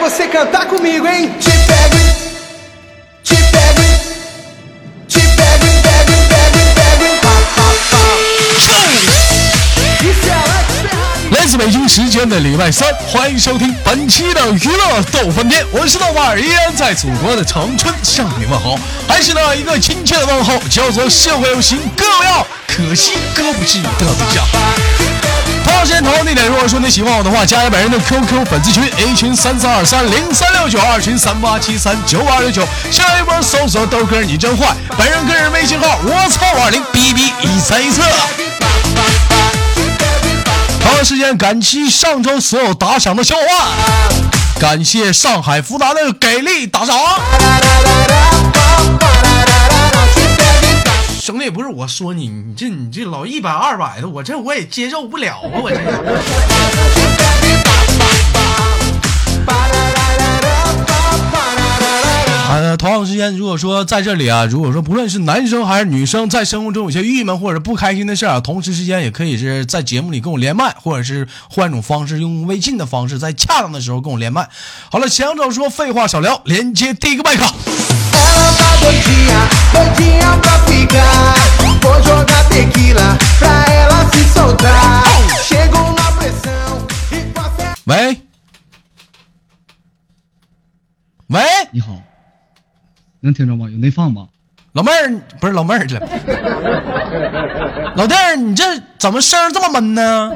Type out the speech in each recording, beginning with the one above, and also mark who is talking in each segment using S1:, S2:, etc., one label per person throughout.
S1: você cantar comigo, hein? Te pego, te pego, te pego, pego, pego, pego, pá, pá, pá. Isso é Alex Ferrari.
S2: 来自北京时间的礼拜三，欢迎收听本期的娱乐逗翻天，我是豆瓣儿，依然在祖国的长春向你问好，还是那一个亲切的问候，叫做社会有情哥有样，可惜哥不是你的对象。同样时间同样地点，如果说你喜欢我的话，加一下本人的 QQ 粉丝群 A 群三三二三零三六九，二群三八七三九五二六九，下一波搜索豆哥你真坏，本人个人微信号我操五二零 B B 一三一四。同样时间，感谢上周所有打赏的小伙伴，感谢上海福达的给力打赏。
S3: 兄弟，不是我说你，你这你这老一百二百的，我这我也接受不了啊！我这
S2: 呃，同样时间，如果说在这里啊，如果说不论是男生还是女生，在生活中有些郁闷或者不开心的事儿啊，同时之间也可以是在节目里跟我连麦，或者是换一种方式，用微信的方式，在恰当的时候跟我连麦。好了，想早说，废话少聊，连接第一个麦克。
S1: Ela tá doidinha, doidinha pra ficar. Vou jogar tequila pra ela se soltar. Chego na pressão e passa.
S2: 喂，喂，
S4: 你好，能听着吗？有内放吗？
S2: 老妹儿，不是老妹儿去了，老弟儿，你这怎么声儿这么闷呢？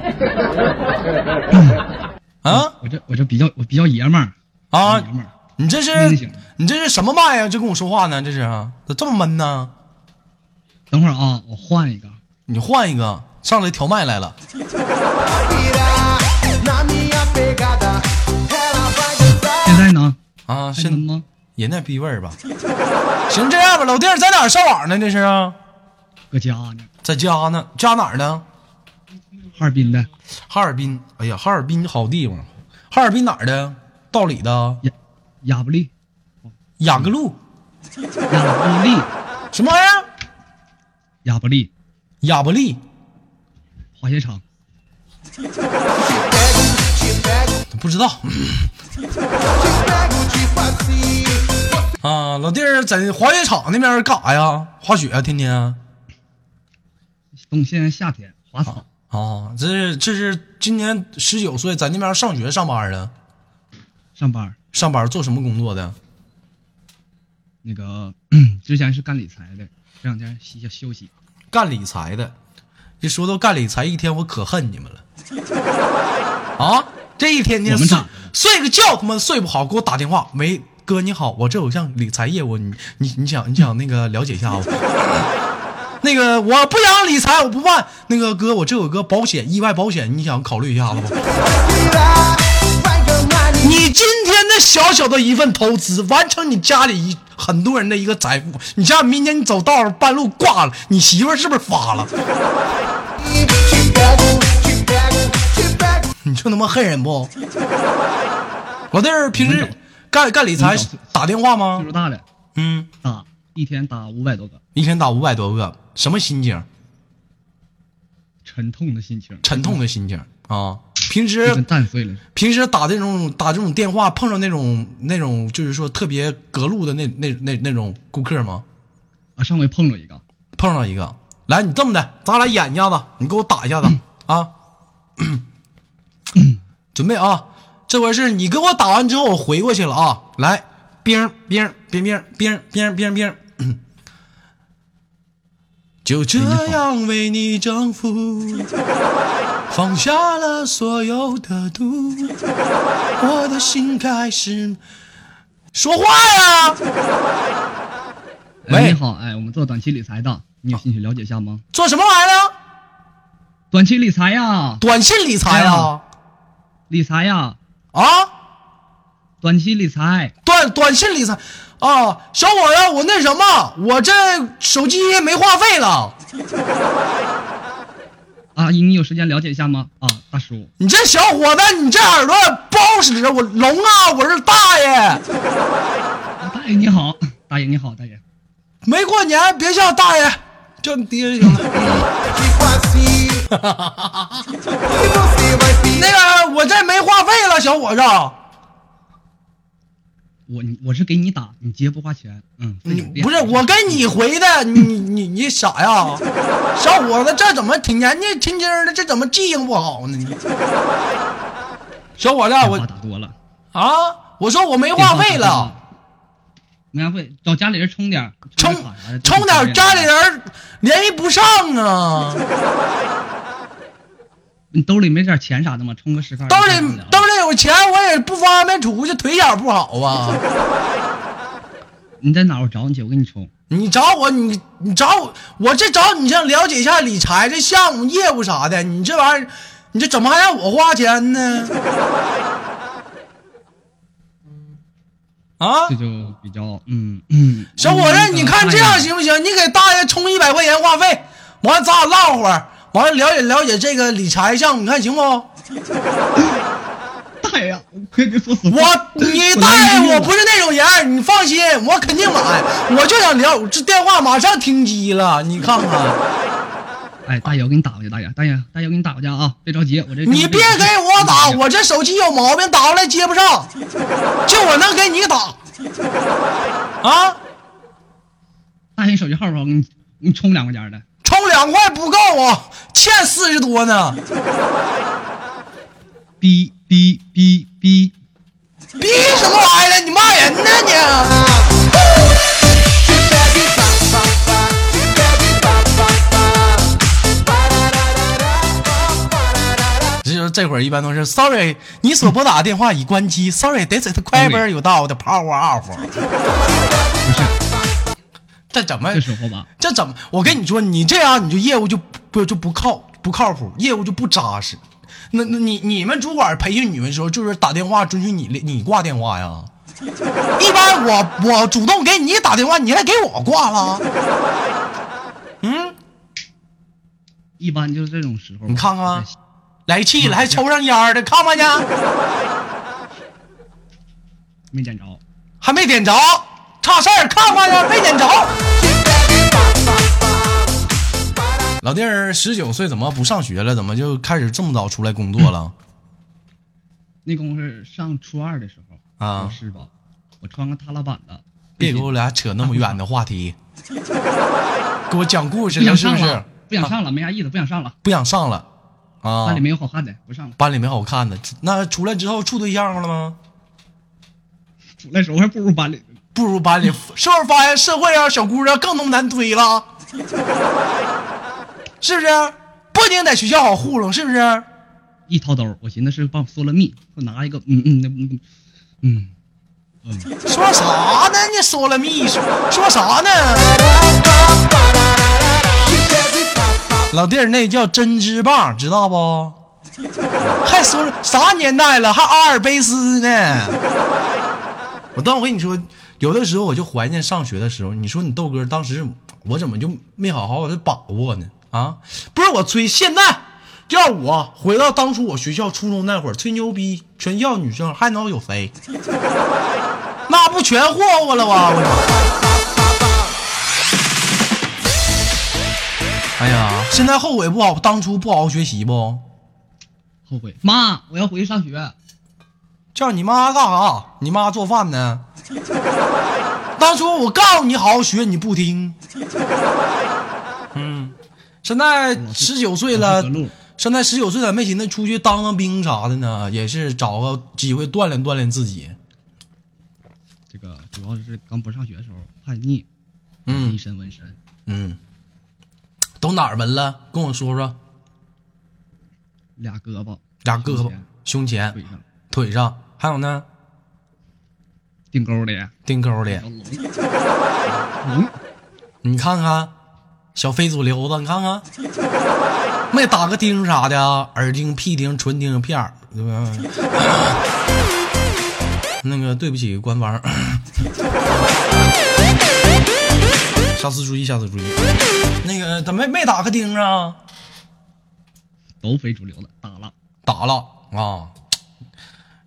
S2: 啊
S4: 我这我这比较我比较爷们儿，
S2: 啊
S4: 比较爷们儿，
S2: 你这
S4: 闷
S2: 是
S4: 醒了
S2: 你这是什么麦呀、这跟我说话呢？这是啊咋这么闷呢？
S4: 等会儿啊，我换一个。
S2: 你换一个，上来调麦来了。
S1: virar na minha pegada. Ela vai
S4: 现
S1: dançar.
S4: 在呢？
S2: 啊，
S4: 还能
S2: 是
S4: 吗？
S2: 人那逼味儿吧？行，这样吧，老弟儿在哪儿上网呢？这是啊，
S4: 搁家呢，
S2: 在家呢，家哪儿呢？
S4: 哈尔滨的
S2: 哈尔滨。哎呀，哈尔滨好地方。哈尔滨哪儿的？道里的
S4: 亚亚布力，
S2: 雅各路，
S4: 亚布力，
S2: 什么玩意儿？
S4: 亚布力
S2: 亚布力。
S4: 滑雪场。
S1: Te pego,
S2: 不知道
S1: te pego, tipo assim.
S2: 啊，老弟儿在滑雪场那边干啥呀？滑雪啊，天天啊，
S4: 冬现在夏天滑草，
S2: 啊这是这是今年十九岁，在那边上学上班的，
S4: 上班儿
S2: 上班做什么工作的？
S4: 那个 之前是干理财的，这两天休息休息。
S2: 干理财的。一说到干理财，一天我可恨你们了。 啊，这一天天
S4: 我
S2: 睡
S4: 们咋的
S2: 睡个觉，他妈睡不好，给我打电话，喂，哥你好，我这有项理财业务，你你你想你想那个了解一下 啊？那个我不想理财，我不办。那个哥，我这有个保险，意外保险，你想考虑一下子不？
S1: Virar, vai ganhar. ninguém.
S2: 你今天的小小的一份投资，完成你家里一很多人的一个财富，你像明天你走道儿半路挂了，你媳妇儿是不是发了？
S1: Te pego, te pego, te pego.
S2: 你就他妈恨人不？老弟儿平
S4: 你
S2: 时
S4: 们
S2: 干干理财
S4: 你们找
S2: 打电话吗
S4: 岁？数大了，
S2: 嗯，
S4: 打一天打五百多个，
S2: 一天打五百多个，什么心情？
S4: 沉痛的心情，
S2: 沉痛的心情啊！平
S4: 就跟
S2: 时
S4: 蛋碎了。
S2: 平时打这种打这种电话，碰上那种那种就是说特别隔路的那那那那种顾客吗？
S4: 啊，上回碰着一个，
S2: 碰上一个，来，你这么的，咱俩演一下子，你给我打一下子、啊！准备啊，这回是你给我打完之后，我回过去了啊！来，冰冰冰冰冰冰冰冰， 就这样为你征服，放下了所有的毒，我的心开始说话呀！
S4: 哎
S2: 喂
S4: 你好，哎，我们做短期理财的，你有兴趣了解一下吗？
S2: 做什么玩意儿啊？
S4: 短期理财呀，
S2: 短信理财啊？
S4: 理财呀，
S2: 啊？
S4: 短期理财，
S2: 短短信理财啊，小伙子，我那什么，我这手机没话费了。
S4: 阿姨，你啊有时间了解一下吗？啊，大叔，
S2: 你这小伙子，你这耳朵不好使啊！我聋啊，我是大爷，
S4: 啊大爷你好，大爷你好，大爷，
S2: 没过年别叫大爷，叫你爹就行了。
S1: Tipo assim. E você vai
S2: 那
S1: se
S2: 哎个，我这没话费了，小伙子，
S4: 我你我是给你打，你接不花钱，嗯，自己
S2: 你
S4: 练
S2: 不是我跟你回的，你你你傻呀，小伙子，这怎么挺年纪轻轻的，这怎么记性不好呢？你，小伙子，
S4: 电话
S2: 我
S4: 打多了，
S2: 啊，我说我没话费
S4: 电话打多
S2: 了，
S4: 了，没话费，找家里人充点儿，
S2: 充
S4: 点儿卡啥的嗯
S2: 充点家里，人联系不上啊，
S4: 你兜里没点钱啥的吗？充个十块儿，
S2: 兜
S4: 充
S2: 里
S4: 点儿
S2: 兜里有钱，我也不方便出去，腿脚不好啊。
S4: 你在哪儿？我找你去，我给你充。
S2: 你找我，你你找我，我这找你想了解一下理财这项目业务啥的，你这玩意儿，你这怎么还让我花钱呢？啊
S4: 这，就比较嗯嗯。
S2: 小伙子，你看这样行不行？你给大爷充一百块钱话费，完了咱俩唠会儿，完了了解了解这个理财项目，你看行不？我
S4: 大爷呀，我快别说死
S2: 你大爷，我不是那种人，你放心，我肯定买，我就想聊，这电话马上停机了，你看看。
S4: 哎，大爷，我给你打过去，大爷，大爷，大爷，我给你打过去啊！别着急，我这
S2: 你别给我打，我这手机有毛病，打过来接不上，就我能给你打。啊，
S4: 大爷你手机号吧，我给你你充两块钱的，
S2: 充两块不够啊，欠四十多呢。
S4: 哔哔哔哔，
S2: 逼什么玩意儿？你骂人呢你？这这会儿一般都是 sorry，你所拨打的电话已关机。sorry，得死的快边有道的 power off。
S4: 不是
S2: 这怎么
S4: 这时候吧，
S2: 这怎么？我跟你说，你这样你就业务就不就不靠不靠谱，业务就不扎实。那那你你们主管培训你们的时候，就是打电话准许你你挂电话呀？一般我我主动给你打电话，你还给我挂了？嗯，
S4: 一般就是这种时候吧。
S2: 你看看
S4: 在，
S2: 来气了还抽上烟儿的，看吧去，
S4: 没捡着，
S2: 还没点着，差事儿，看吧去，没点着。老弟儿十九岁怎么不上学了？怎么就开始这么早出来工作了？
S4: 那功夫是上初二的时候
S2: 啊
S4: 我是吧？我穿个踏拉板的，
S2: 别给我俩扯那么远的话 题，给我讲故事
S4: 不
S2: 了是不
S4: 想上
S2: 是
S4: 了？，不想上了，没啥意思，不想上了，
S2: 不想上了啊
S4: 班里？没有好看的，不上了。
S2: 班里没好看的，那出来之后处对象了吗？
S4: 出来时候还不如班里
S2: 不如班 里，是不是发现社会上小姑娘更那么难追了？是不是？不一定在学校好糊弄，是不是？
S4: 一掏兜，我寻思是帮我缩了蜜，我拿一个，嗯嗯嗯嗯嗯嗯，
S2: 说啥呢？你说了密说说啥呢？老弟儿，那叫针织棒，知道不？还说啥年代了，还阿尔卑斯呢？我但我跟你说，有的时候我就怀念上学的时候。你说你豆哥当时我怎么就没好好的把握呢？啊，不是我吹，现在要我回到当初我学校初中那会儿吹牛逼，全校女生还能有谁？那不全霍霍了吗？我操！哎呀，现在后悔不好，当初不好好学习不？
S4: 后悔。妈，我要回去上学。
S2: 叫你妈干啥？你妈做饭呢？ 当初我告诉你好好学，你不听。 嗯，现在十九岁了
S4: 老师得路，
S2: 现在十九岁咋没寻思出去当当兵啥的呢？也是找个机会锻炼锻炼自己。
S4: 这个主要是刚不上学的时候叛逆，
S2: 嗯
S4: 一身纹身，
S2: 嗯，都哪儿纹了？跟我说说。
S4: 俩胳膊，
S2: 俩胳
S4: 胸
S2: 膊
S4: 前、
S2: 胸前、
S4: 腿上，
S2: 腿上，还有呢，
S4: 腚沟里，
S2: 腚沟里
S4: 小。龙，龙，
S2: 你看看，小非主流子，你看看，没打个钉啥的啊，耳钉、屁钉、唇钉、片儿，对吧？ 那个对不起，官方， 下次注意，下次注意。那个怎么没打个钉啊？
S4: 都非主流的，打了。
S2: 打了啊。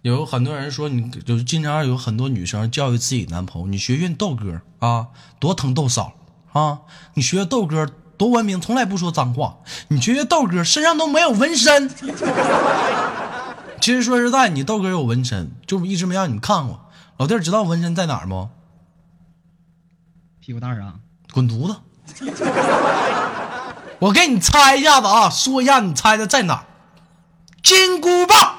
S2: 有很多人说你，就是经常有很多女生教育自己男朋友，你学学豆哥啊，多疼豆嫂啊，你学学豆哥多文明，从来不说脏话，你学学豆哥身上都没有纹身。其实说实在，你豆哥有纹身，就一直没让你们看过。老弟儿知道纹身在哪儿吗？
S4: 屁股蛋儿啊，
S2: 滚犊子！ 我给你猜一下子啊，说一下你猜的在哪儿？金箍棒。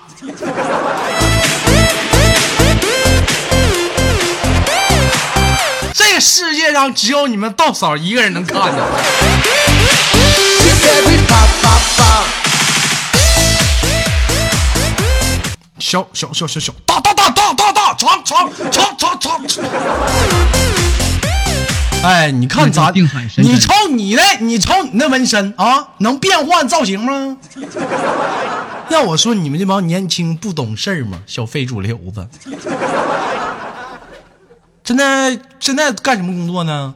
S2: 这个世界上只有你们道嫂一个人能看见。小小小小小，大大大大大大，长长长长长。长哎，你看
S4: 那
S2: 咱，
S4: 就定海神针
S2: 你瞅你那，你瞅你那纹身啊，能变换造型吗？ 要我说，你们这帮年轻不懂事儿吗？小非主流子，现在现在干什么工作呢？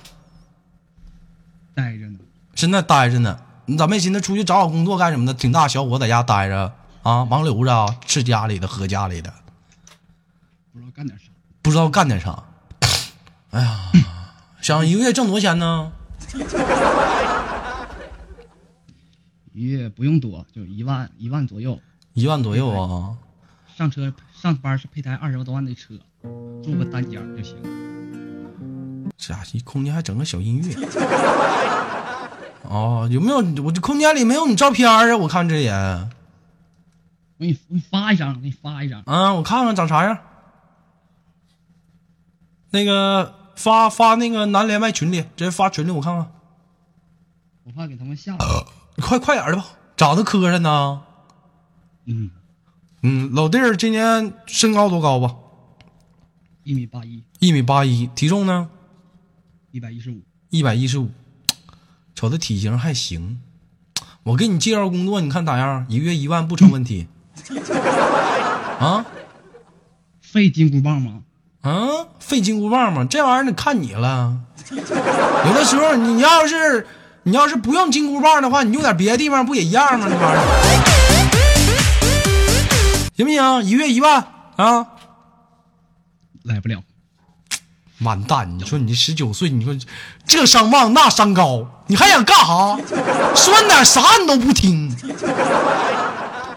S4: 待着呢。
S2: 现在待着呢。你咋没寻思出去找找工作干什么的？挺大小伙在家待着啊，忙流着啊，吃家里的，喝家里的，
S4: 不知道干点啥。
S2: 不知道干点啥。哎 嗯呀，哎想一个月挣多少钱呢？
S4: 一月不用多，就一万一万左右。
S2: 一万左右啊。
S4: 上车上班是配台二十多万的车，住个单间儿就行。
S2: 这家伙空间还整个小音乐。 哦，有没有我这空间里没有你照片啊？我看这也，
S4: 我给你我给你发一张，我给你发一张。
S2: 啊，我看看长啥样。那个发发那个男连麦群里，直接发群里我看看，
S4: 我怕给他们吓着。
S2: 你快快点儿的吧，长得磕碜呢。
S4: 嗯，
S2: 嗯，老弟儿今年身高多高吧？
S4: 一米八一，
S2: 一米八一，体重呢？
S4: 一百一十五。
S2: 一百一十五，瞅他体型还行。我给你介绍工作，你看咋样？一个月一万不成问题。啊
S4: 费金箍棒吗？
S2: 啊，费金箍棒嘛，这玩意儿得看你了。有的时候你要是你要是不用金箍棒的话，你用点别的地方不也一样吗？这玩意儿行不行？一个月一万啊！
S4: 来不了，
S2: 完蛋！你说你这十九岁，你说这伤望那伤高，你还想干哈？说你点啥你都不听，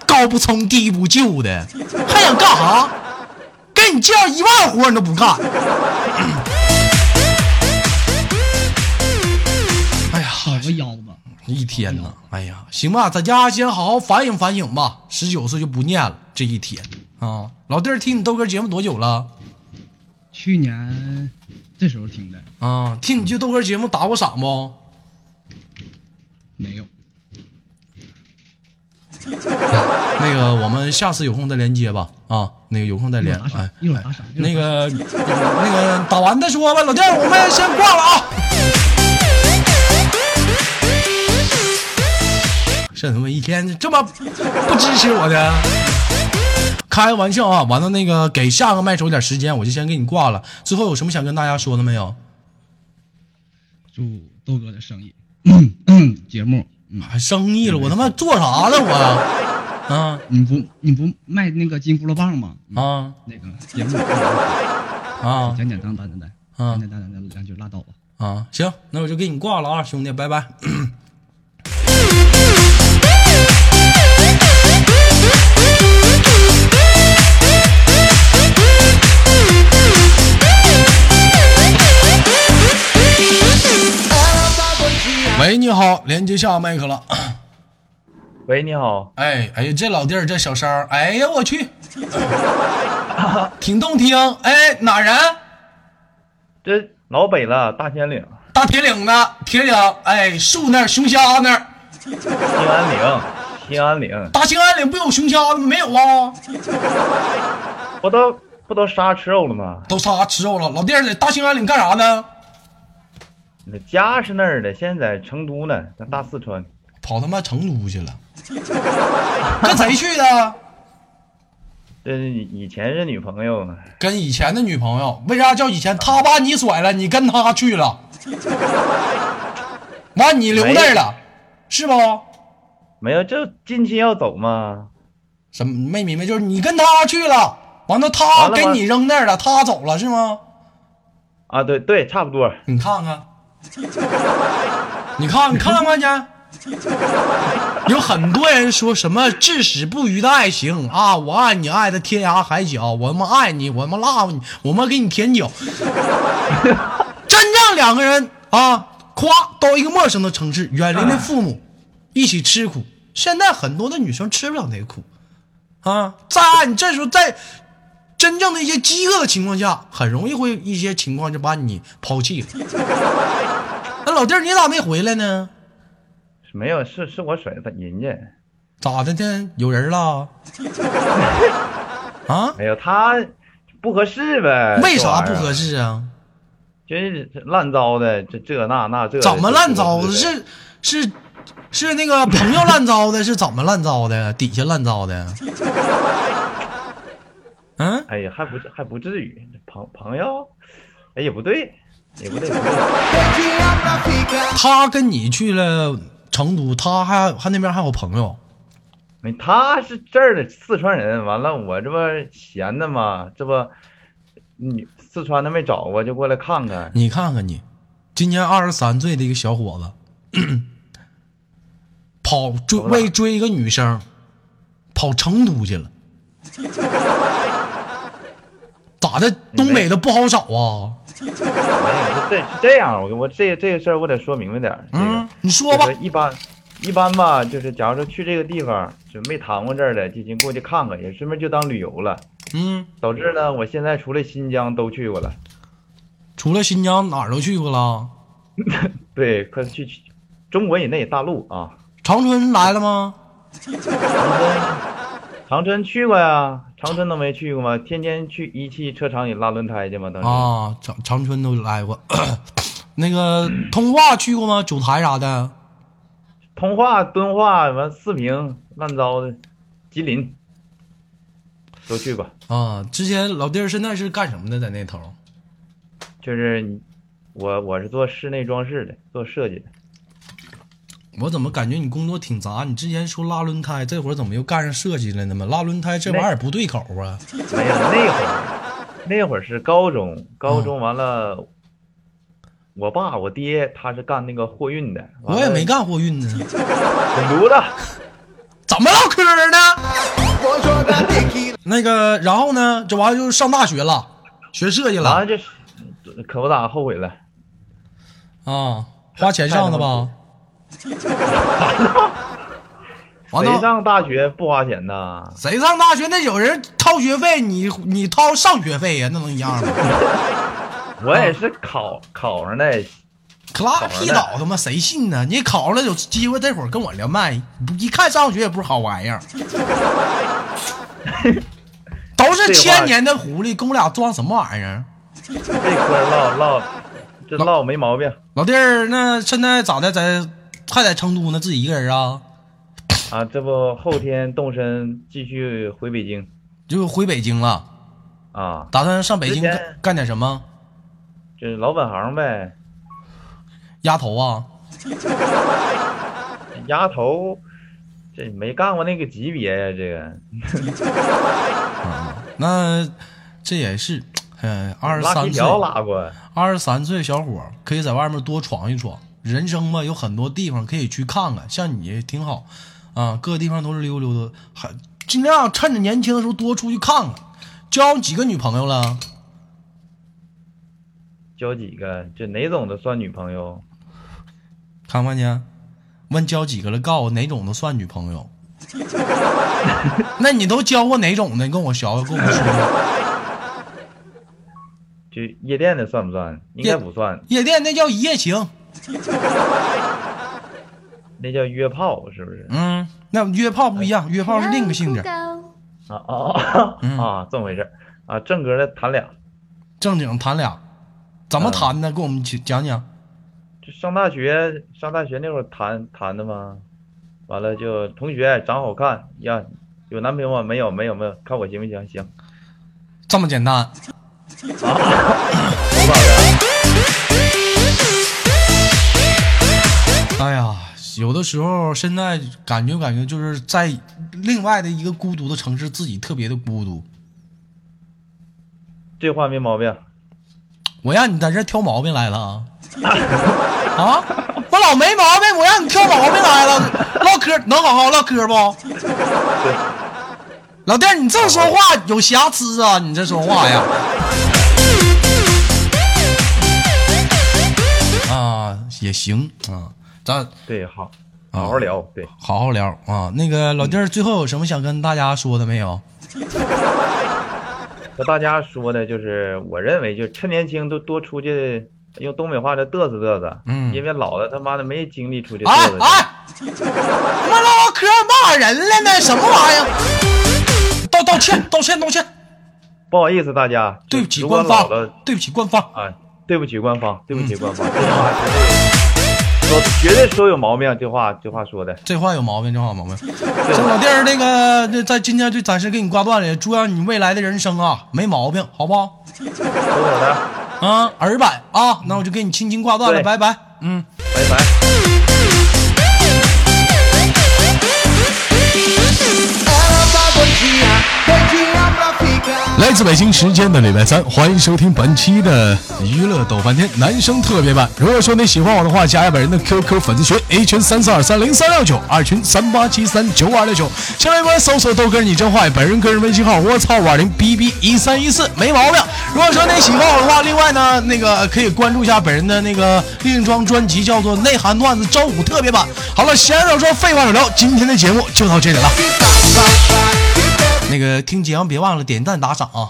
S2: 高不冲低不就的，还想干哈？给你介绍一万活你都不干。 哎呀，
S4: 少个腰子。
S2: 一天呐，哎呀，行吧，在家先好好反省反省吧。十九岁就不念了，这一天啊，老弟儿听你豆哥节目多久了？
S4: 去年这时候听的
S2: 啊，听你这豆哥节目打过赏不？
S4: 没有？
S2: 那个，我们下次有空再连接吧。啊，那个有空再连。哎，
S4: 一会儿打赏
S2: 哎
S4: 一会儿打
S2: 那个，
S4: 赏
S2: 那个打完再说吧，老弟儿，我们先挂了啊。这他妈一天这么不支持我的，开玩笑啊！完了，那个给下个麦手点时间，我就先给你挂了。最后有什么想跟大家说的没有？
S4: 祝豆哥的生意、 嗯嗯、节目，嗯，
S2: 还生意了，我他妈做啥呢我？啊
S4: 你不你不卖那个金箍棒吗？嗯
S2: 啊
S4: 那个节目嗯
S2: 啊
S4: 简简单单的，
S2: 啊
S4: 简简单单的两句拉倒吧。
S2: 啊！行，那我就给你挂了啊，兄弟，拜拜。喂，你好，连接下麦克了。
S5: 喂，你好，
S2: 哎，哎呀，这老弟儿这小声儿，哎呀，我去， 挺动听。哎，哪人？
S5: 这老北了，大兴安岭，
S2: 大铁岭的，铁岭。哎，树那儿，熊瞎那儿。
S5: 兴安岭，兴安岭，
S2: 大兴安岭不有熊瞎子吗？没有啊，
S5: 不都不都杀吃肉了吗？
S2: 都啥吃肉了。老弟儿在大兴安岭干啥呢？
S5: 你家是那儿的，现在在成都呢，在大四川。
S2: 跑他妈成都去了， 跟谁去的？
S5: 这以前是女朋友，
S2: 跟以前的女朋友。为啥叫以前？他把你甩了，你跟他去了，完你留那儿了，是不？
S5: 没有，这近期要走吗？
S2: 什么没明白？就是你跟他去了，完了他
S5: 完了
S2: 给
S5: 吗
S2: 你扔那儿了，他走了是吗？
S5: 啊，对对，差不多。
S2: 你看看，你看你看看去。有很多人说什么至死不渝的爱情啊，我爱你爱的天涯海角，我他妈爱你，我他妈辣你，我他妈给你舔脚。真正两个人啊，夸到一个陌生的城市，远离了父母，一起吃苦。现在很多的女生吃不了那苦啊，再爱你这时候在真正的一些饥饿的情况下，很容易会一些情况就把你抛弃了。那老弟儿，你咋没回来呢？
S5: 没有，是是我甩的他人家，
S2: 咋的呢？有人了？啊？
S5: 哎呀，他不合适呗。
S2: 为啥不
S5: 适？
S2: 合适啊？
S5: 真是烂糟的，这这那那这。
S2: 怎么烂糟的？
S5: 这
S2: 是是是那个朋友烂糟的？是怎么烂糟的？底下烂糟的？嗯，
S5: 哎呀，还不至还不至于，朋朋友，哎也不对，也不对，不对
S2: 他跟你去了成都，他还还那边还有朋友，
S5: 没他是这儿的四川人，完了我这不闲的嘛，这不你四川的没找我就过来看看，
S2: 你看看你，今年二十三岁的一个小伙子， 跑追
S5: 怎么了
S2: 为追一个女生，跑成都去了，咋的？东北的不好找啊？
S5: 这是这样，我我这这个事儿我得说明白点儿，这个、
S2: 嗯，你说吧
S5: 就是。一般一般吧，就是假如说去这个地方就没谈过这儿的，就先过去看看，也顺便就当旅游了，
S2: 嗯，
S5: 导致呢我现在除了新疆都去过了，
S2: 除了新疆哪儿都去过了，
S5: 对，快去去中国以内大陆啊。
S2: 长春来了吗？
S5: 长春去过呀，长春都没去过吗？天天去一汽车厂里拉轮胎去吗？当时、
S2: 啊，长长春都来过。 那个通化去过吗？九台啥的？
S5: 通化、敦化、完四平、烂糟的，吉林都去过。
S2: 啊，之前老弟儿现在是干什么的？在那头？
S5: 就是你我我是做室内装饰的，做设计的。
S2: 我怎么感觉你工作挺杂？你之前说拉轮胎，这会儿怎么又干上设计了呢嘛？拉轮胎这玩意儿不对口啊！
S5: 没有那会儿，那会儿是高中，高中完了，我爸我爹他是干那个货运的，
S2: 我也没干货运呢，
S5: 完了滚犊子。
S2: 怎么唠嗑呢？那个，然后呢？这玩意儿就上大学了，学设计
S5: 完了
S2: 了
S5: 这可不咋后悔了，
S2: 啊，花钱上的吧？ 完
S5: 谁
S2: 了。
S5: 上大学不花钱呐？
S2: 谁上大学那有人掏学费，你你掏上学费呀，那能一样吗？
S5: 我也是考考上的，
S2: 可拉个屁倒他妈谁信呢？你考上了有机会，这会儿跟我连麦，不一看上学也不是好玩意儿， 都是千年的狐狸，跟我俩装什么玩意儿？啊
S5: 这嗑唠唠，这唠没毛病
S2: 老弟儿，那现在咋的？在还在成都呢，自己一个人啊？
S5: 啊！这不后天动身继续回北京
S2: 就回北京了，
S5: 啊，
S2: 打算上北京
S5: 之前
S2: 干干点什么？
S5: 这老本行呗。
S2: 丫头啊，
S5: 丫头，这没干过那个级别呀、这个
S2: 那这也是，嗯，二十
S5: 拉
S2: 三
S5: 皮
S2: 岁
S5: 条拉过。
S2: 二十三岁小伙儿可以在外面多闯一闯，人生嘛有很多地方可以去看看，像你挺好，啊，各个地方都是溜溜达，还尽量趁着年轻的时候多出去看看。交几个女朋友了？
S5: 交几个？这哪种的算女朋友？
S2: 看看去，啊问交几个了，告诉我哪种都算女朋友。 那你都交过哪种的？你跟我学学，跟我说说。
S5: 就夜店的算不算？应该不算，
S2: 夜店那叫一夜情，
S5: 那叫约炮，是不是？
S2: 嗯，那约炮不一样，约炮是另一个性质。
S5: 啊啊
S2: 嗯
S5: 啊啊！这么回事儿啊？正格的谈俩，
S2: 正经谈俩，怎么谈的？给我们讲讲讲。
S5: 就上大学上大学那会儿谈谈的嘛，完了就同学长好看呀，有男朋友吗？没有没有没有，看我行不行？行，
S2: 这么简单。哎呀，有的时候现在感觉感觉就是在另外的一个孤独的城市，自己特别的孤独。
S5: 这话没毛病。
S2: 我让你在这儿挑毛病来了啊？啊？那我老没毛病，我让你挑毛病来了，唠嗑能好好唠嗑不？老弟儿，你这说话有瑕疵啊！你这说话呀？啊，也行啊，咱
S5: 对，好，
S2: 啊
S5: 好好聊，对，
S2: 好好聊啊。那个老弟儿，最后有什么想跟大家说的没有？
S5: 和大家说的就是，我认为就趁年轻都多出去，用东北话叫嘚瑟嘚瑟，
S2: 嗯
S5: 因为老了他妈的没精力出去
S2: 哎
S5: 嘚瑟去。
S2: 哎，他妈唠唠嗑骂人了呢，什么玩意儿？道道 歉，道歉，道歉，
S5: 不好意思，大家，
S2: 对不起
S5: 如果
S2: 官方嗯
S5: 老了，
S2: 对不起官方。
S5: 啊，对不起官方，对不起官方，这句话绝对说绝对说有毛病，这话这话说的，
S2: 这话有毛病，这话有毛病。这老弟儿，那个这在今天就暂时给你挂断了，祝愿你未来的人生啊没毛病，好不好？
S5: 说好的，
S2: 啊，耳板啊，那我就给你轻轻挂断了，
S5: 对
S2: 拜拜。嗯，
S5: 拜拜。
S6: 来自北京时间的礼拜三，欢迎收听本期的娱乐逗翻天男生特别版。如果说你喜欢我的话，加一下本人的 QQ 粉丝群，A 群三四二三零三六九，二群三八七三九二六九。新浪微博搜索豆哥你真坏，本人个人微信号我操五二零 bb 一三一四，没毛病。如果说你喜欢我的话，另外呢，那个可以关注一下本人的那个另一张专辑，叫做《内涵段子周五特别版》。好了，闲聊说废话少聊，今天的节目就到这里了。那个听节目别忘了点赞打赏啊！